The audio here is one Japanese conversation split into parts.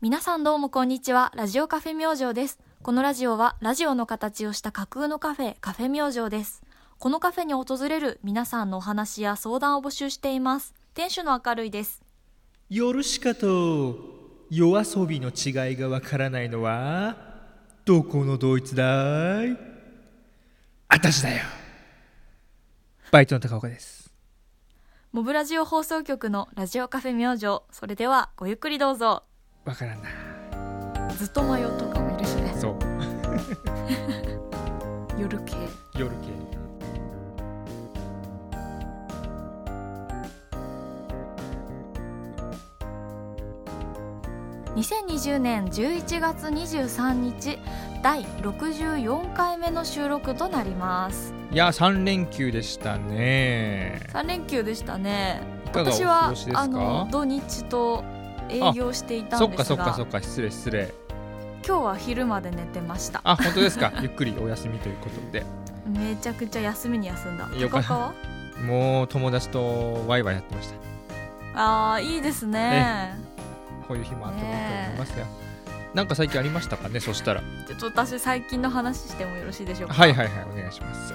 皆さんどうもこんにちは。ラジオカフェ明星です。このラジオは、ラジオの形をした架空のカフェ、カフェ明星です。このカフェに訪れる皆さんのお話や相談を募集しています。店主の明るいです。よろしかと夜遊びの違いがわからないのはどこのドイツだいあたしだよバイトの高岡ですモブラジオ放送局のラジオカフェ明星。それでは、ごゆっくりどうぞ。わからんなずっと迷うとかもいるしね。そう夜系。夜2020年11月23日、第64回目の収録となります。系いや三連休でしたね3連休でしたねいかがお私過はごしですあのか土日と営業していたそんっでかすそっかがそっか失礼失礼今日は昼まで寝てましたあ本当 ですかゆっくりお休みということでめちゃくちゃ休みに休んだよかった高岡はもう友達とワイワイやってましたあーいいですねこういう日もあったもいいと思いますよ、なんか最近ありましたかねそしたらちょっと私最近の話してもよろしいでしょうか、はいはいはいお願いします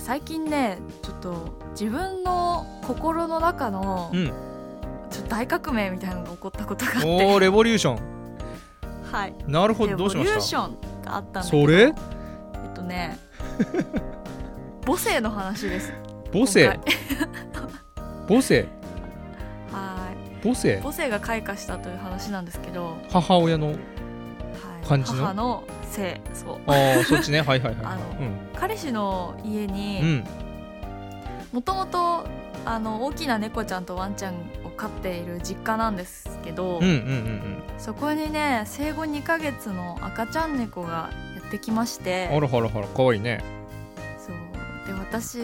最近ねちょっと自分の心の中のうんちょっと大革命みたいなのが起こったことがあっておーレボリューション はいなるほでどどうしまボリューしシたョンがあったんだけどそれえっとね母性の話です母性今母回性はい母性母性が開花したという話なんですけど、はい、母親の感じの母の性そうああそ っちねはいはいはいあはのいうん彼氏の家うにんもともとあの大きな猫ちゃんとワンちゃんを飼っている実家なんですけど、うんうんうんそこにね生後2ヶ月の赤ちゃん猫がやってきましうんあてらはらはら可愛いねそうで私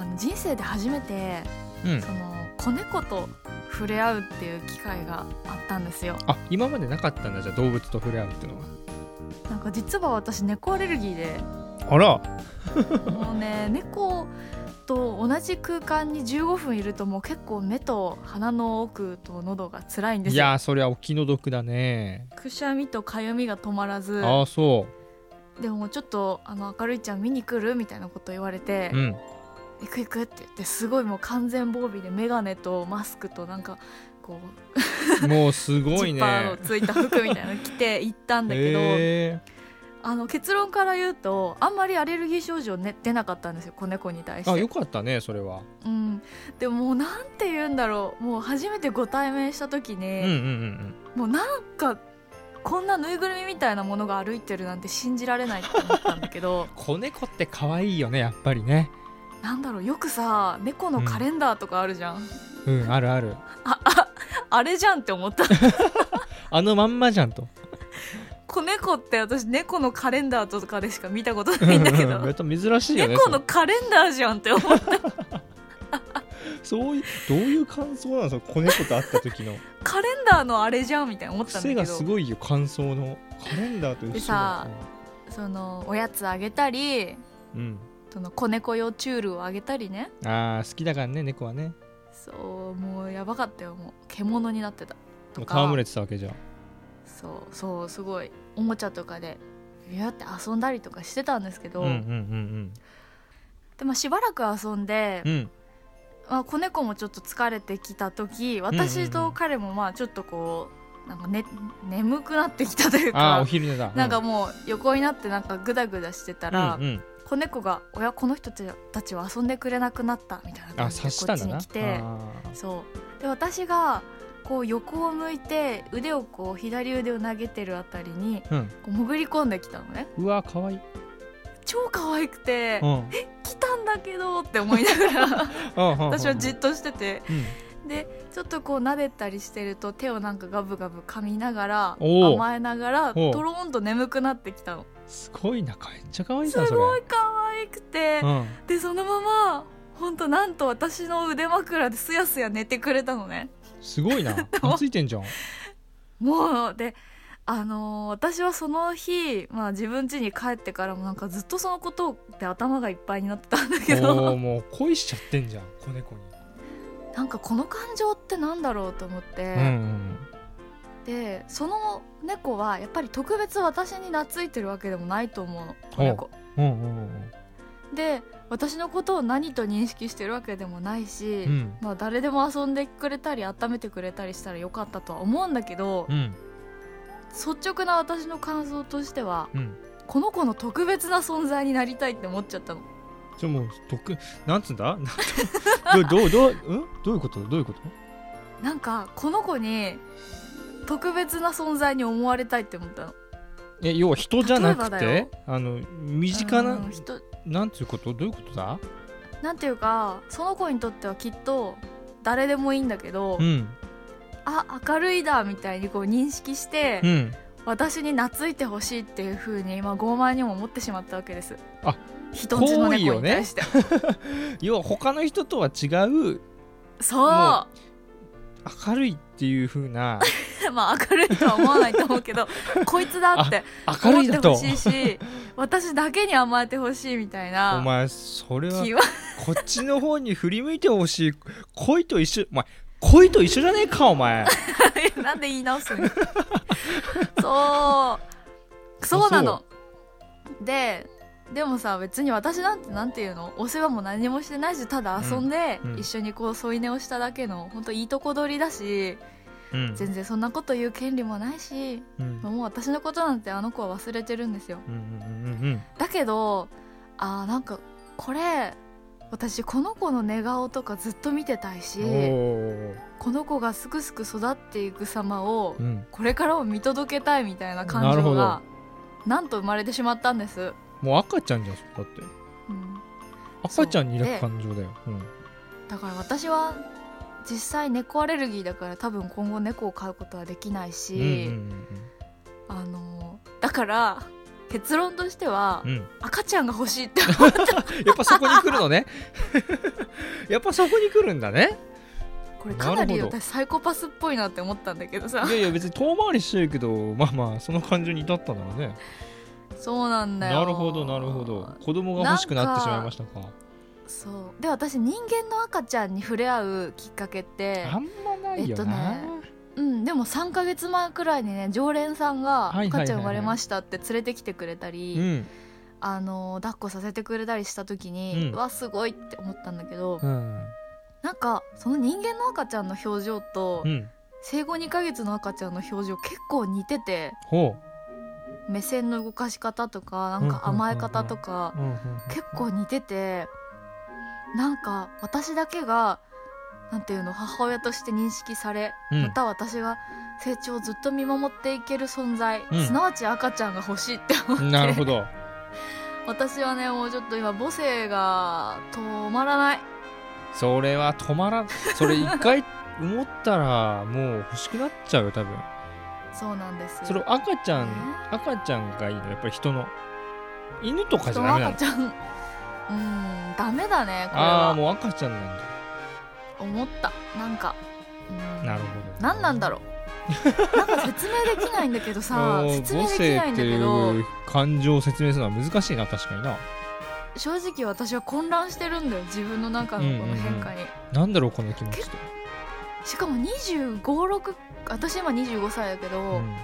あの人生で初めて、うんその子猫と触れ合うっていう機会があったんですよあ今までなかったんだじゃあ動物と触れ合うっていうのはなんか実は私猫アレルギーであらもうね猫と同じ空間に15分いるともう結構目と鼻の奥と喉が辛いんでいすよやーそりゃお気の毒だねくしゃみとかゆみが止まらずああそでももうちょっとあの明るいちゃん見に来るみたいなこと言われてううん「行く行く」って言ってすごいもう完全防備で眼鏡とマスクとなんかこうもうすごジいッパーねのついた服みたいなの着て 行ったんだけど、へあの結論から言うとあんまりアレルギー症状、ね、出なかったんですよ子猫に対してーあよかったねそれはうん、でももうなんて言うんだろうもう初めてご対面した時うんうんに、もうなんかこんなぬいぐるみみたいなものが歩いてるなんて信じられないって思ったんだけど 子猫って可愛いよねやっぱりねなんだろうよくさ猫のカレンダーとかあるじゃん、うんあるあるあれじゃんって思ったあのまんまじゃんと子猫って私猫のカレンダーとかでしか見たことないんだけ やっどぱ珍しいよね猫のカレンダーじゃんって思ったそのそういうどういう感想なのその子猫と会った時 の カレンダーのあれじゃんみたいな思ったんだ癖けどがすごいよ感想のカレンダーと一緒だでさそのおやつあげたりうんその子猫用チュールをあげたりねあー好きだからね猫はねそうもうやばかったよもう獣になってたもとうか戯れてたわけじゃんそうそうすごいおもちゃとかでビューって遊んだりとかしてたんですけど、うんうんうんでまあ、しばらく遊んでう、んうんまあ、子猫もちょっと疲れてきた時私と彼もまあちょっとこうなんか、ね、眠くなってきたというあーおか。昼寝だなんかもう横になってなんかグダグダしてたら、うんうん子猫が「親この人たちは遊んでくれなくなった」みたいな感あじで察こしたっんちだにな来てあそうで私がこう横を向いて腕をこう左腕を投げてるあたりにーうんこう潜り込んできたのねうわ可愛い超可愛くてうんうん来たんだけどって思いなが らうんうん私はじっとしててうんでちょっとこう撫でたりしてると手をなんかガブガブ噛みながらおう甘えながらおうとろーんと眠くなってきたのすごいなめっちゃ可愛いすじゃんそれごい可愛くてうんでそのまま本当なんと私の腕枕ですやすや寝てくれたのねすごい なついてんじゃんもうであのー私はその日、まあ、自分家に帰ってからもなんかずっとそのことで頭がいっぱいになってたんだけ おおどもう恋しちゃってんじゃん子猫になんかこの感情ってなんだろうと思っうんうて、んでその猫はやっぱり特別私に懐いてるわけでもないと思うの子猫うんうんで私のことを何と認識してるわけでもないし、うんまあ、誰でも遊んでくれたり温めてくれたりしたらよかったとは思うんだけど、うん率直な私の感想としてはうんこの子の特別な存在になりたいって思っちゃったのじゃあもう特なんつうんだなんとどうどうどう、うん、どういうことどういうことなんかこの子に特別な存在に思われたいって思ったのえ要は人じゃな例えばくだよてあの身近なうん人なんつうことどういうことだなんていうかその子にとってはきっと誰でもいいんだけど、うんあ明るいだみたいにこう認識して、うん私に懐いてほしいっていう風にまあ傲慢にも思ってしまったわけですあ人んちの行為猫をにね対して、要は他の人とは違うそう もま明るいっていう風なあ明るいとは思わないと思うけどこいつだって明思るっいてだほとしいし私だけに甘えてほしいみたいおな前それは気はこっちの方に振り向いてほしい恋と一緒お前恋と一緒じゃねえかお前なんで言い直すの そうそうなのででもさ別に私なんてなんていうのお世話も何もしてないしただ遊んで、うんうん一緒にこう添い寝をしただけの本当いいとこ取りだしうん全然そんなこと言う権利もないしうんもう私のことなんてあの子は忘れてるんですようんうんうんだけどあーなんかこれ私この子の寝顔とかずっと見てたいしうんおーこの子がすくすく育っていく様をうんこれからを見届けたいみたいなな感る情ほがどなんと生まれてしまったんです、もう赤ちゃんじゃんそれだってうん赤ちゃんにそう抱でく感情だようんだから私は実際猫アレルギーだから多分今後猫を飼うことはできないし、うんうんあのだから結論としてはうんうんうん赤ちゃんが欲し いってやっぱそこに来るのね やっぱそこに来るんだねこれかなりなるほど私サイコパスっぽいなって思ったんだけどさいやいや別に遠回りしてるけどまあまあその感情に至ったのはねそうなんだよなるほどなるほど子供が欲しくなってしまいましたかそうで私人間の赤ちゃんに触れ合うきっかけってあんまないよな、えっとうん、でも3ヶ月前くらいにね常連さんがはいはいはいはい赤ちゃん生まれました」って連れてきてくれたり、うんあの抱っこさせてくれたりした時に、うんうわすごいって思ったんだけど、うんなんかその人間の赤ちゃんの表情と、うん生後2ヶ月の赤ちゃんの表情結構似ててほ目線の動かし方とかなんうんうんうんうんか甘え方とか、う、うんうん結構似ててなんか私だけがなんていうの母親として認識されうんまた私が成長をずっと見守っていける存在、うんすなわち赤ちゃんが欲しいって思ってなるほど私はねもうちょっと今母性が止まらないそれは止まらんそれ一回思ったらもう欲しくなっちゃうよ多分そうなんですそれを赤ちゃん赤ちゃんがいいのやっぱり人の犬とかじ人ゃのダメな赤のちゃんうんダメだねこれああーはもう赤ちゃんなんだ思ったなんか、うん、なるほど何なんだろ うなんか説明できないんだけどさもう説明できないんだけ母ど性っていう感情を説明するのは難しいな確かにな正直私は混乱してるんだよ自分の中のこの変化に、なんだろうこの気持ちって、しかも2 5 6私今25歳だけど、うん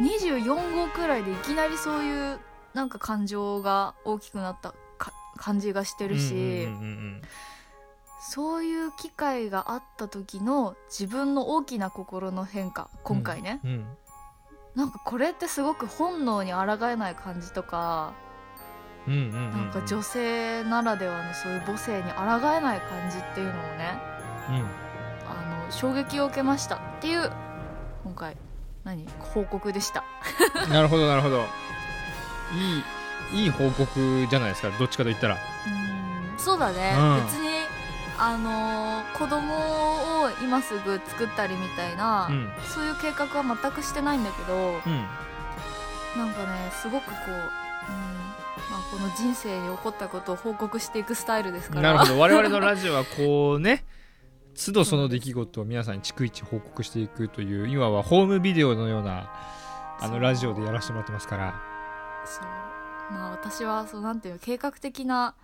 24号くらいでいきなりそういうなんか感情が大きくなったか感じがしてるし、うんうんうんそういう機会があった時の自分の大きな心の変化今回ね、うんうんなんかこれってすごく本能に抗えない感じとかうんうんうんうんなんか女性ならではのそういう母性に抗えない感じっていうのをねうんあの衝撃を受けましたっていう今回何報告でしたなるほどなるほどいいいい報告じゃないですかどっちかと言ったらうんそうだね、うん別にあのー子供を今すぐ作ったりみたいな、うんそういう計画は全くしてないんだけどうんなんかねすごくこう、うんまあ、この人生に起こったことを報告していくスタイルですからなるほど我々のラジオはこ うね都度その出来事を皆さんに逐一報告していくという今はホームビデオのようなあそのうラジオでやらせてもらってますからそうまあ私はそうなんていうの計画的な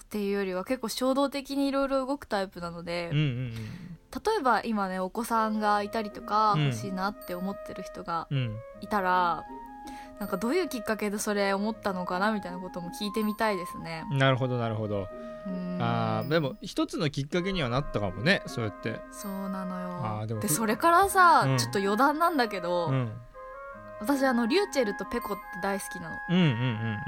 っていうよりは結構衝動的にいろいろ動くタイプなので、うんうん例えば今ねお子さんがいたりとかうん欲しいなって思ってる人がうんうんいたら、なんかどういうきっかけでそれ思ったのかなみたいなことも聞いてみたいですね。なるほどなるほどうんあーでも一つのきっかけにはなったかもねそうやってそうなのあーでよもでふそれからさ、うんちょっと余談なんだけど、うんうん私あのリューチェルとペコって大好きなのうんうんうん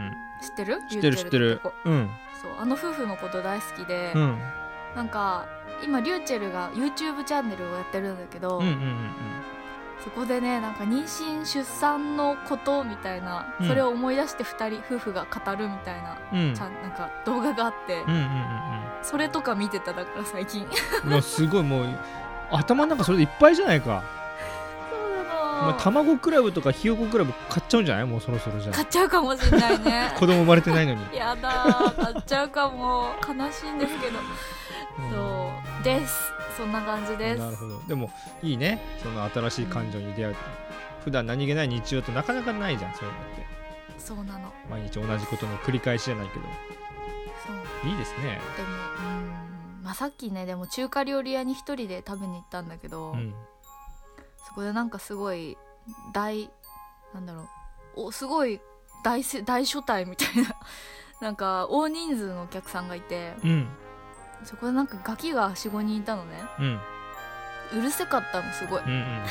知ってる知ってる知ってリューチェルるとペうんコそうあの夫婦のこと大好きで、うんうんなんか今リューチェルが YouTube チャンネルをやってるんだけど、うんうんそこでねなんか妊娠出産のことみたいな、うんそれを思い出して2人夫婦が語るみたいな、うんうんちゃんなんか動画があって、うんうんうんそれとか見てただから最 近うんもうすごいもう頭の中それでいっぱいじゃないかそうおな前の卵クラブとかひよこクラブ買っちゃうんじゃないもうそろそろじゃ買っちゃうかもしんないね あ子供生まれてないのにやだー買っちゃうかも悲しいんですけどそうですそんな感じですなるほどでもいいねその新しい感情に出会う普段何気ない日常ってなかなかないじゃんそういうのってそうなの毎日同じことの繰り返しじゃないけどそういいですねでもうんまあさっきねでも中華料理屋に一人で食べに行ったんだけど、うんそこでなんかすごい大なんだろうおすごい大せ大所帯みたいな なんか大人数のお客さんがいてうんそこでなんかガキが45人いたのねうんうるせかったのすごいうんうん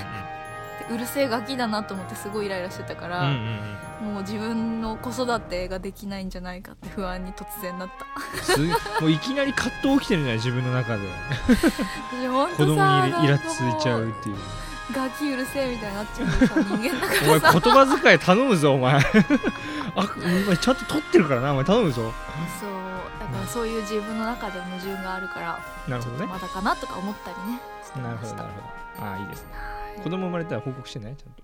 でうるせえガキだなと思ってすごいイライラしてたかうんうんら、うんうんもう自分の子育てができないんじゃないかって不安に突然なったすもういきなり葛藤起きてるじゃない自分の中で私ほん子供とにさイラついちゃうなんかもっていうガキうるせえみたいになっちゃうさ人間だかお前言葉遣い頼むぞお前あお前ちゃんと取ってるからなお前頼むぞらそうだからそういう自分の中で矛盾があるからなるほどねまだかなとか思ったりねしてなるまほしどたなるほどああいいですね子供生まれたら報告してないちゃんと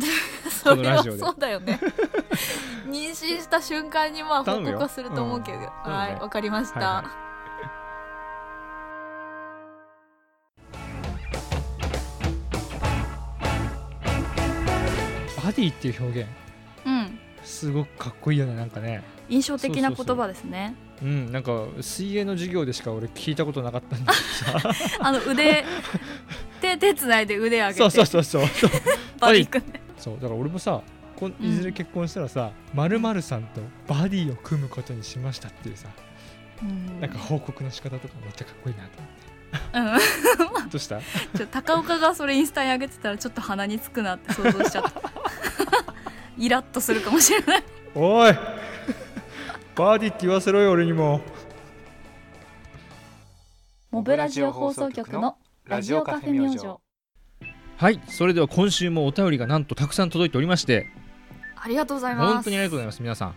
そこれのラはジオでそうだよ ね妊娠した瞬間にまあ報頼む告よはすると思うけど、うんはい頼むわ、ねかりました、はい バディっていう表現うんすごくかっこいいよねなんかね印象的なそうそうそ言う葉ですねうんなんか水泳の授業でしか俺聞いたことなかったんだけどさあの腕手手つないで腕上げて そうそうそうそうそうバディ君ねそうだから俺もさこんいずれ結婚したらさまる、〇〇さんとバディを組むことにしましたっていうさうんなんか報告の仕方とかめっちゃかっこいいなとう思んってどうした ちょ高岡がそれインスタに上げてたらちょっと鼻につくなって想像しちゃ ったイラッとするかもしれないおいバディって言わせろよ俺にもモブラジオ放送局のラジオカフェ明星はいそれでは今週もお便りがなんとたくさん届いておりましてありがとうございます本当にありがとうございます皆さん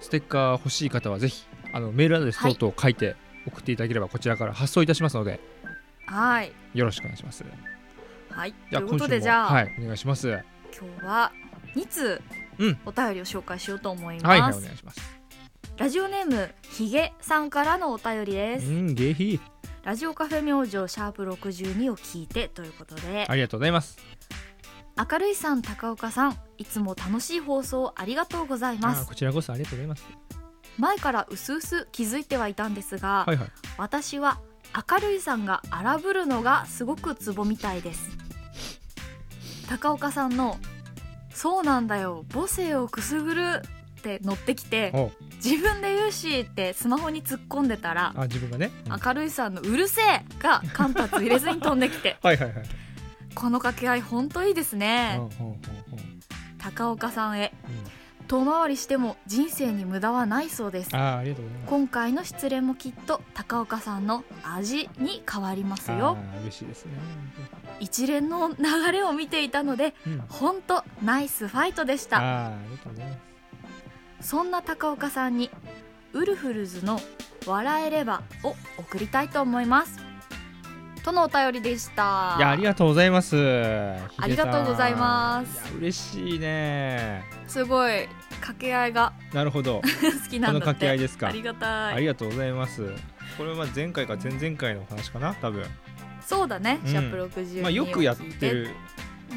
ステッカー欲しい方はぜひあのメールアドレスは等い々書いて送っていただければこちらから発送いたしますのではいよろしくお願いしますはいじとゃあいう今こ週ともでじゃあ、はいお願いしますはい今日は2通うんお便りを紹介しようと思います、はいお願いしますラジオネームひげさんからのお便りでうす、ん下品ラジオカフェ明星シャープ62を聞いてということで、ありがとうございます明るいさん高岡さんいつも楽しい放送ありがとうございまあすーこちらこそありがとうございます前からうすうす気づいてはいたんですが、はいはい私は明るいさんが荒ぶるのがすごくツボみたいです高岡さんのそうなんだよ母性をくすぐるって乗ってきておう自分で言うしってスマホに突っ込んでたらあ自分がね、うんはい明るいさんの「うるせえ!」が間髪入れずに飛んできて はいはいこの掛け合いほんといいですうんねうんうんうん高岡さんへうん遠回りしても人生に無駄はないそうですあーありがとうございます今回の失恋もきっと高岡さんの味に変わりますよあー嬉しいですね一連の流れを見ていたのでうんあほんとナイスファイトでしたーありがとうございますそんな高岡さんにウルフルズの「笑えれば」を送りたいと思いますとのお便りでしたいやありがとうございます。ありがとうございますヒデさんいや嬉しいね。すごい掛け合いが なるほど。好きなんだってこの掛け合いですかありがたあいりがとうございます。これは前回か前々回のお話かな多分。そうだね、うんシャープ62まあよくやってる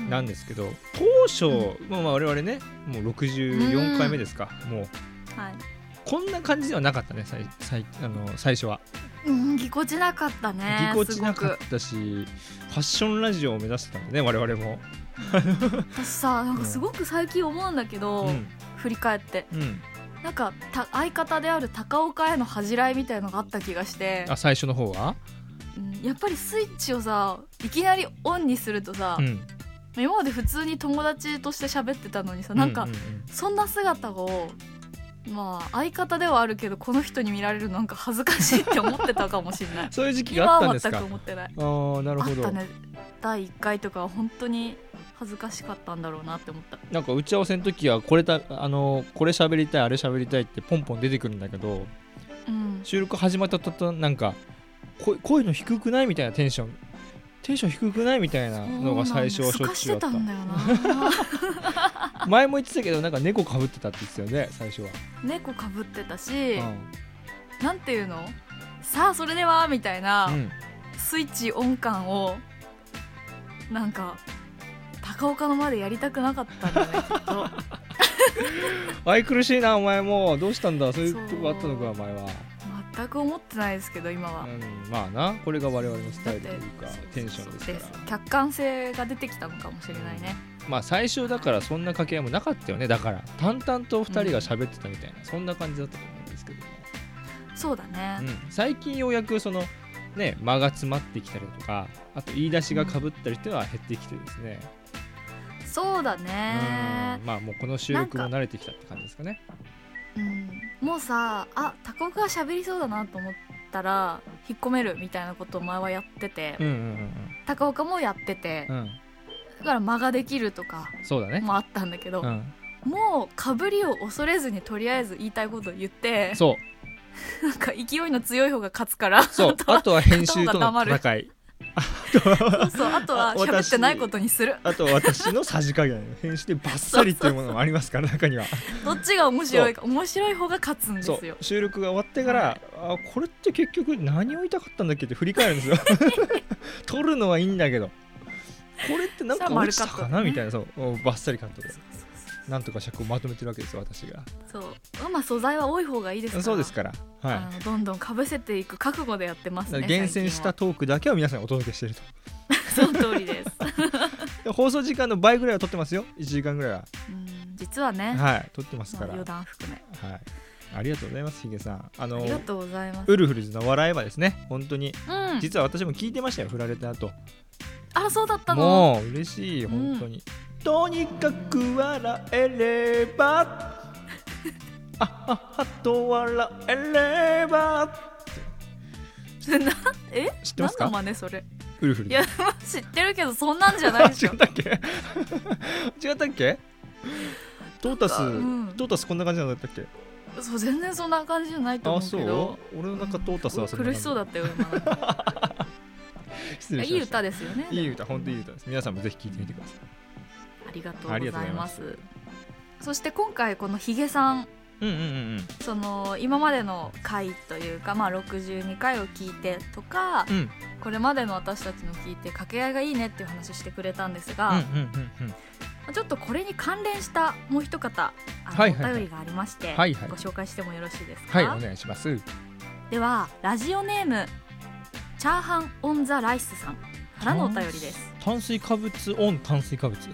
なんで、ですけど、当初、まあまあ我々ねもう64回目ですか。もうはい、こんな感じではなかったね最最あの最初は、うん、ぎこちなかったねぎこちなかっすたしファッションラジオを目指してたんだね我々もごく私さなんかすごく最近思うんだけど、うん振り返ってうんなんかた相方である高岡への恥じらいみたいのがあった気がしてあ、最初の方はうんやっぱりスイッチをさいきなりオンにするとさ、うん今まで普通に友達として喋ってたのにさなんか、ううそんな姿をまあ相方ではあるけどこの人に見られるのなんか恥ずかしいって思ってたかもしれない そういう時期今があったんはです全かく思ってないあーなるあっほど、たね第1回とかは本当に恥ずかしかったんだろうなって思ったなんか打ち合わせの時はこれたあのこれ喋りたいあれ喋りたいってポンポン出てくるんだけどうん収録始まった途端なんか声声の低くないみたいなテンションテンション低くないみたいなのが最初はしょっちゅうだっそうたなんだすかしてたんだ よな前も言ってたけどなんか猫かぶってたって言ってたよね最初は、猫かぶってたし、うなんていうのさあそれではみたいな、んうん、スイッチオン感をなんか高岡のまでやりたくなかったんだねきっと愛苦しいなお前もどうしたんだそういうとそうこあったのかお前は、全く思ってないですけど今は、うん、まあなこれが我々のスタイルというかだってテンションですそうかそうらそう客観性が出てきたのかもしれないね、まあ最初だからそんな掛け合いもなかったよねだから淡々と2人が喋ってたみたいな、そんな感じだったと思うんですけども、そうだね、うん、最近ようやくそのね間が詰まってきたりとかあと言い出しがかぶったりっていうのは減ってきてですね、そうだねうんまあもうこの収録も慣れてきたって感じですかねうんもうさあ高岡が喋りそうだなと思ったら引っ込めるみたいなことを前はやってて、うんうん高岡もやってて、うんうんだから間ができるとかうんそうだね、もあったんだけど、うん、もうかぶりを恐れずにとりあえず言いたいことを言ってそうなんか勢いの強い方が勝つから そう あとはあとは編集片と方のが黙る戦 いあとはそうあとはあ私喋ってないことにする あとは私のさじ加減編集でバッサリっていうものもありますから中にはどっちが面白いか面白い方が勝つんですそよう収録が終わってから、あこれって結局何を言いたかったんだっけって振り返るん ですよ撮るのはいいんだけどこれってなんかそれは落丸ちカたットかな、みたいなそうおバッサリカットでそうそうそうなんとか尺をまとめてるわけですよ私がそうまあ素材は多い方がいいですからそうですからはいあのどんどんかぶせていく覚悟でやってまだすからね厳選したトークだけを皆さんにお届けしていると最近はその通り です、で放送時間の倍ぐらいは撮ってますよ1時間ぐらいはうん、実はね、はい撮ってますまあから、は余い、談含めありがとうございますヒゲさんああのりがとうございますウルフルズの笑い場ですね本当にうん実は私も聞いてましたよ振られた後あそうだったのもう嬉しいん本当に、とにかく笑えれ ばあああと笑えれば なえ知ってま何のすか真似それ ウルフルいズや知ってるけどそんなんじゃないでし 違ょったっけ違ったっけトータス、うんトータスこんな感じなんだったっけそう全然そんな感じじゃないとあ思うそけどう俺の中トータスはそん苦な感しじそうだったよ 今失礼いしまいした歌ですよねいい歌本当にいい歌です皆さんもぜひ聴いてみてくださありがとうありごがとざいうございまますすそして今回このヒゲさんいうんうんうんその今までの回というか、まあ、62回を聞いてとか、うんうんこれまでの私たちの聞いて掛け合いがいいねっていう話してくれたんですうんが、うんうんちょっとこれに関連したもう一方あの、はいはいはいお便りがありまして、はいはいご紹介してもよろしいですか、はいお願いしますではラジオネームチャーハン・オン・ザ・ライスさんからのお便りです炭水化物オン炭水化物チ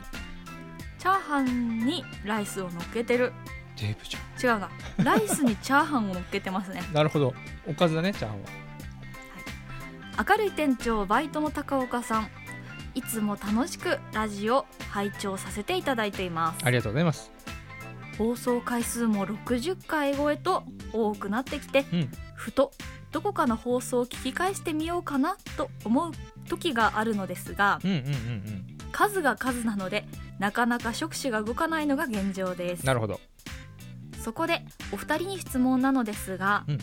ャーハンにライスを乗っけてるデーブじゃ違うなライスにチャーハンを乗っけてますね んなるほどおかずだねチャーハンは明るい店長バイトの高岡さんいつも楽しくラジオ拝聴させていただいていますありがとうございます放送回数も60回超えと多くなってきてうんふとどこかの放送を聞き返してみようかなと思う時があるのですがうんうんうんうん数が数なのでなかなか触手が動かないのが現状ですなるほどそこでお二人に質問なのですが、うん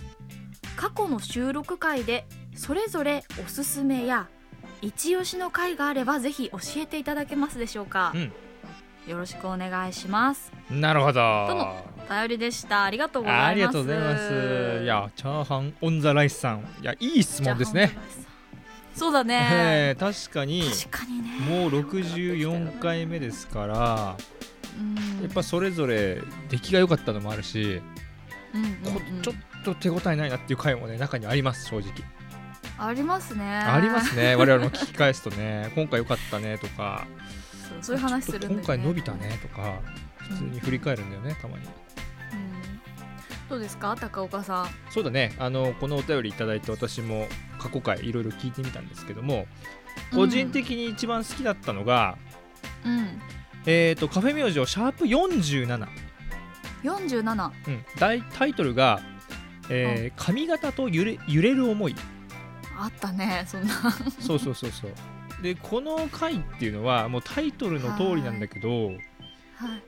過去の収録回でそれぞれおすすめや一押しの回があればぜひ教えていただけますでしょうか、うんよろしくお願いしますなるほどどうもお便りでしたありがとうございますありがとうございますいやチャーハンオンザライスさんいやいい質問ですじねゃあ本田さんそうだねええ確かに確かにねもう64回目ですからうんやっぱそれぞれ出来が良かったのもあるしうんうんこうんちょっと手応えないなっていう回もね中にあります正直ありますねありますすね我々も聞き返すとね今回良かったねとかそうそういう話するんだよ、ね、今回伸びたねとか普通に振り返るんだよねたまにうんどうですか高岡さんそうだねあのこのお便りいただいて私も過去回いろいろ聞いてみたんですけども個人的に一番好きだったのが、うんえー、とカフェ明星シャープ47、 47うん、大タイトルが、えー髪型と揺れ揺れる思い」あったねそんなそうそうそうそうでこの回っていうのはもうタイトルの通りなんだけどはい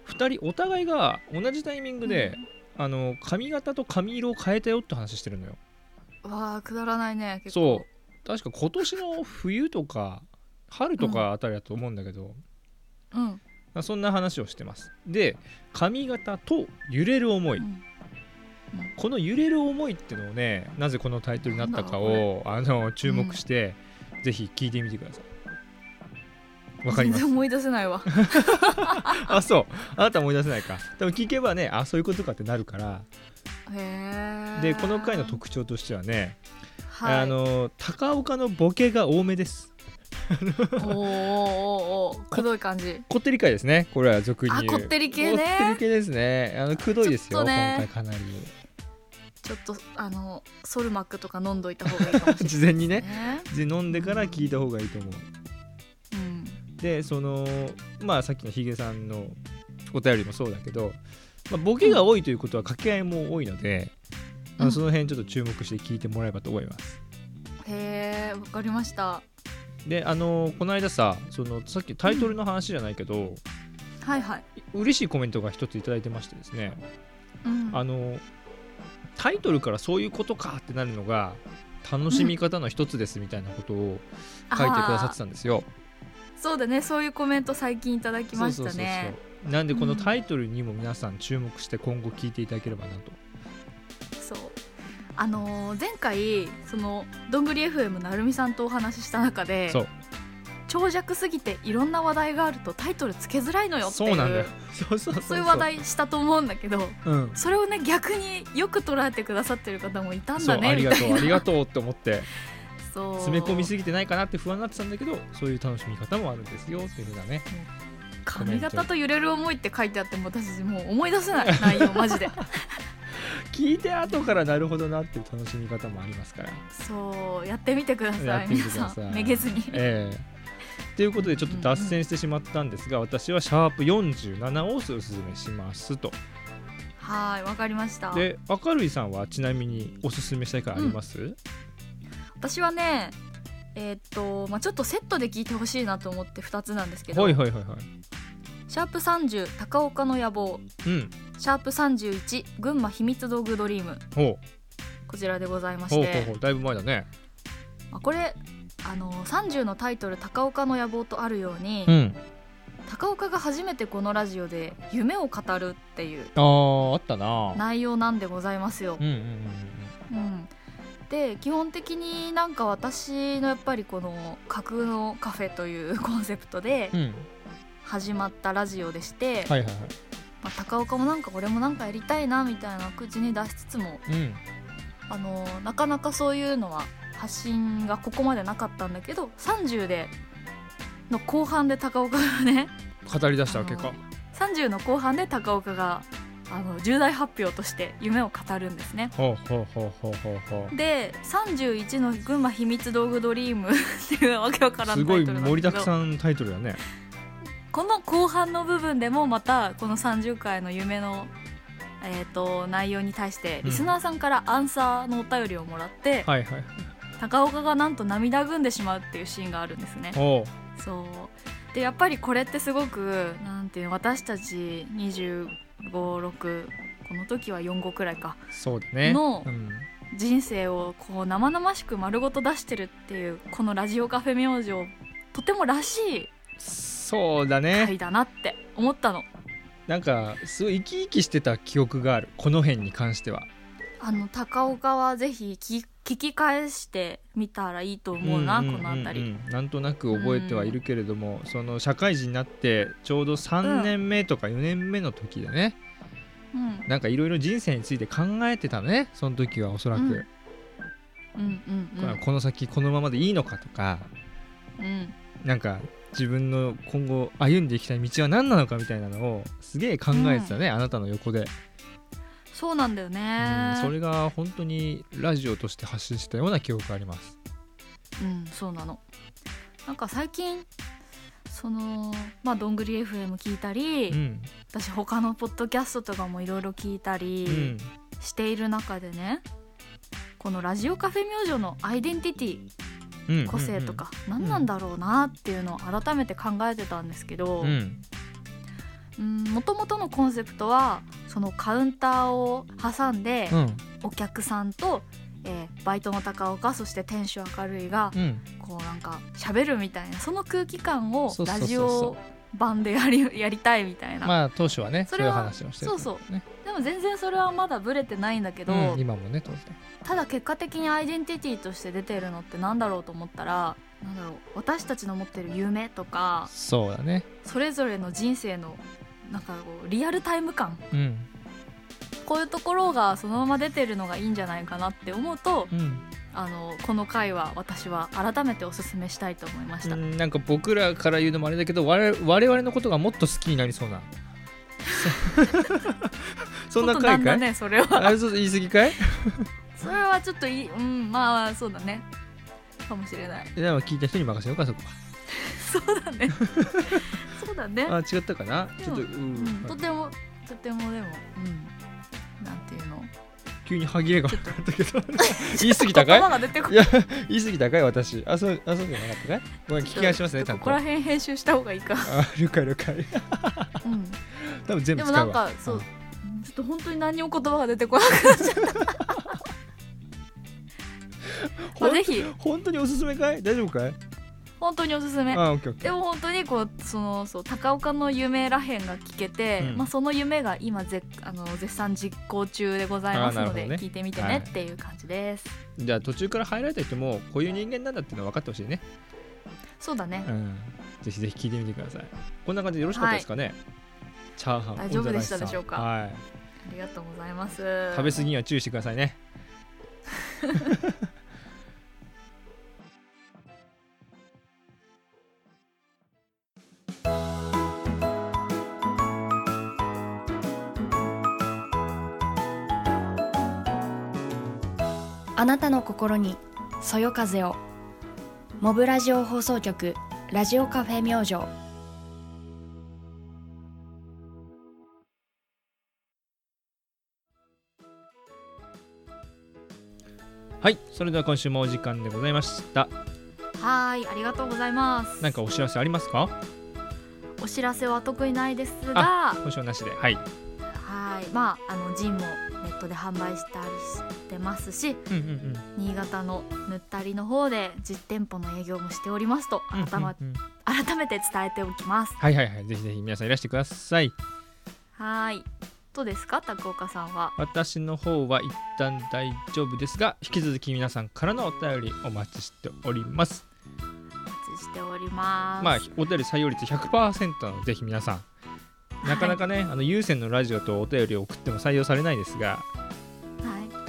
2人お互いが同じタイミングで、あの髪型と髪色を変えたよって話してるのよわあくだらないね結構そう確か今年の冬とか春とかあたりだと思うんだけど、ううんそんな話をしてますで髪型と揺れる思い、うんこの揺れる思いってのをねなぜこのタイトルになったかをあの注目して、ぜひ聞いてみてくださいわかります全然思い出せないわあそうあなた思い出せないかでも聞けばねあそういうことかってなるからへえでこの回の特徴としてはね、はいあの高岡のボケが多めですおーおーおーおーくどい感じこってり回ですねこれは俗に言うあこってり系ねこってり系ですねあのくどいですちょよ、っとね今回かなり ちょっとあのソルマックとか飲んどいた方がいい かもしれない、ね、事前にねで飲んでから聞いた方がいいと思ううんでそのまあさっきのヒゲさんのお便りもそうだけど、まあ、ボケが多いということは掛け合いも多いので、あうのんその辺ちょっと注目して聞いてもらえばと思いますへえわかりましたであのこの間さそのさっきタイトルの話じゃないけど、はいはい、嬉しいコメントが一ついただいてましてですね、うん、あのタイトルからそういうことかってなるのが楽しみ方の一つですみたいなことを書いてくださってたんですよ。あーそうだねそういうコメント最近いただきましたねそうそうそうそうなんでこのタイトルにも皆さん注目して今後聞いていただければなと。そうあのー前回そのどんぐり FM なるみさんとお話しした中でそう長尺すぎていろんな話題があるとタイトルつけづらいのよっていうそうなんだ よ。そうそうそうそういう話題したと思うんだけどうん。それをね逆によく捉えてくださってる方もいたんそうだあねりみがたいと うありがとうって思ってなそう詰め込みすぎてないかなって不安になってたんだけどそういう楽しみ方もあるんですよっていうふうなね髪型と揺れる思いって書いてあっても私もう思い出せない内 容マジで聞いて後からなるほどなっていう楽しみ方もありますから。そうやってみてくだやさっいてみて皆くだささいんめげずにええということでちょっと脱線してしまったんですが、私はシャープ47をおすすめしますとはーいわかりましたで明るいさんはちなみにおすすめしたい回あります、私はねえーっと、まあ、ちょっとセットで聞いてほしいなと思って2つなんですけど、はいはいはいはいシャープ30高岡の野望うんシャープ31群馬秘密道具ドリームほうこちらでございましほうほうてほうだいぶ前だねまあ、これあの30のタイトル「高岡の野望」とあるように、うん高岡が初めてこのラジオで夢を語るっていうあーあったな内容なんでございますよう。んうんうんうん、で基本的になんか私のやっぱりこの「架空のカフェ」というコンセプトでうんうん始まったラジオでして、はいはいはまあ、高岡もなんか俺もなんかやりたいなみたいな口に出しつつもいうんあのなかなかそういうのは発信がここまでなかったんだけど30での後半で高岡がね 語り出したわけか30の後半で高岡があの重大発表として夢を語るんですね。ほうほうほうほうほうほうで31の「群馬秘密道具ドリーム」っていうわけわからんすごいタイトルなん盛りだくんさんタイトルだねこの後半の部分でもまたこの30回の夢の、えー、と内容に対してリスナーさんからアンサーのお便りをもらって、はいはい高岡がなんと涙ぐんでしまうっていうシーンがあるんですね。ほそうでやっぱりこれってすごくなんていうの私たち256この時は45くらいかうそうだねのうん、人生をこう生々しく丸ごと出してるっていうこの「ラジオカフェ明星」とてもらしいそうだね、回だなって思ったの。なんかすごい生き生きしてた記憶があるこの辺に関してはあの高岡はぜひ聞き聞き返してみたらいいと思うな、んんんこの辺り。うんなんとなく覚えてはいるけれども、その社会人になってちょうど3年目とか4年目の時でね、うんなんかいろいろ人生について考えてたねその時はおそらく、うんうんうんうんこの先このままでいいのかとかうんなんか自分の今後歩んでいきたい道は何なのかみたいなのをすげえ考えてたね、あなたの横で、そうなんだようんねそれが本当にラジオとして発信したような記憶がありますうんそうなのなんか最近そのまあどんぐり FM 聞いたり、うん私他のポッドキャストとかもいろいろ聞いたうりんしている中でね、このラジオカフェ明星のアイデンティティうん個性とか何なんだろうなっていうのを改めて考えてたんですけどうんもともとのコンセプトはそのカウンターを挟んでうんお客さんと、えーバイトの高岡そして店主明るいがうんこうなんか喋るみたいなその空気感をそうそうそうそうラジオ版でやり やりたいみたいな、まあ当初はねそそういれうは話をしてたんだよねでも全然それはまだブレてないんだけど、うん今もね当然ただ結果的にアイデンティティとして出てるのってなんだろうと思ったらなんだろう私たちの持ってる夢とかそうだねそれぞれの人生のなんかこうリアルタイム感うんこういうところがそのまま出てるのがいいんじゃないかなって思うとうんあのこの回は私は改めておすすめしたいと思いました、うんなんか僕らから言うのもあれだけど我々我々のことがもっと好きになりそうな そそんなちょっとない回か、んだねそれはあれそう言い過ぎかいそれはちょっといいうんまあそうだねかもしれないでも聞いた人に任せようかそこそうだねそうだねはあ違ったかなでちょもっと、うんうん、はといてもとてもでも、うん、なんていうの急に歯切れがちょっ あったけど言い過ぎたかい言葉が出てこいや言い過ぎたかい私あそうあそうじゃなかったかいごめん聞き返しますねちちょゃっんとことこら辺編集した方がいいか、あ了解了解 うん、多分全で部も使うわなんかそう、んちょっと本当に何にも言葉が出てこなくなっちゃったまあぜひ本当におすすめかい大丈夫かい本当におすすめあオッケーオッケでーも本当にこうそのそう高岡の夢らへんが聞けて、うんまあ、その夢が今ぜあの絶賛実行中でございますのあーなるで、ほどね聞いてみてはいねっていう感じです、じゃあ途中から入られた人もこういう人間なんだっていうのは分かってほしいねそうだねうんぜひぜひ聞いてみてください。こんな感じでよろしかったですかね。チャーハン大丈夫でしたでしょうかはい。ありがとうございます食べ過ぎには注意してくださいね。あなたの心にそよ風をモブラジオ放送局ラジオカフェ明星はい、それでは今週もお時間でございました。はーいありがとうございますなんかお知らせありますか？お知らせは特にないですが今週はなしで。はい。はいまああのジンもネットで販売したりしてますしうんうんうん。新潟のぬったりの方で実店舗の営業もしておりますと改,、うんうんうん改めて伝えておきますはいはいはい。ぜひぜひ皆さんいらしてください。はーいどうですか高岡さんは私の方は一旦大丈夫ですが、引き続き皆さんからのお便りお待ちしております。お待ちしておりますまあ、お便り採用率100%なので、ぜひ皆さん、なかなかね、あの有線のラジオとお便りを送っても採用されないですが、はい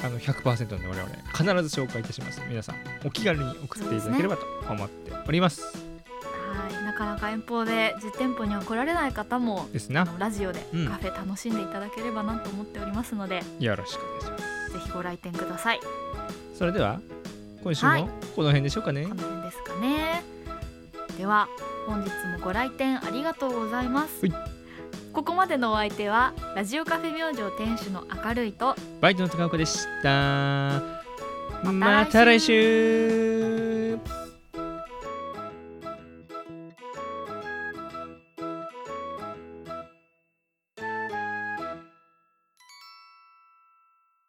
あの100%なので我々、必ず紹介いたします。皆さん、お気軽に送っていただければと思っております。はいなかなか遠方で実店舗には来られない方もですあな、のラジオでうんカフェ楽しんでいただければなと思っておりますので、よろしくお願いしまぜひご来店くださいす。それでは、今週はもいこの辺でしょうかね。この辺ですかねでは本日もご来店ありがとうございます、はいここまでのお相手はラジオカフェ明星店主の明るいとバイトの高岡でした。ままたた来来週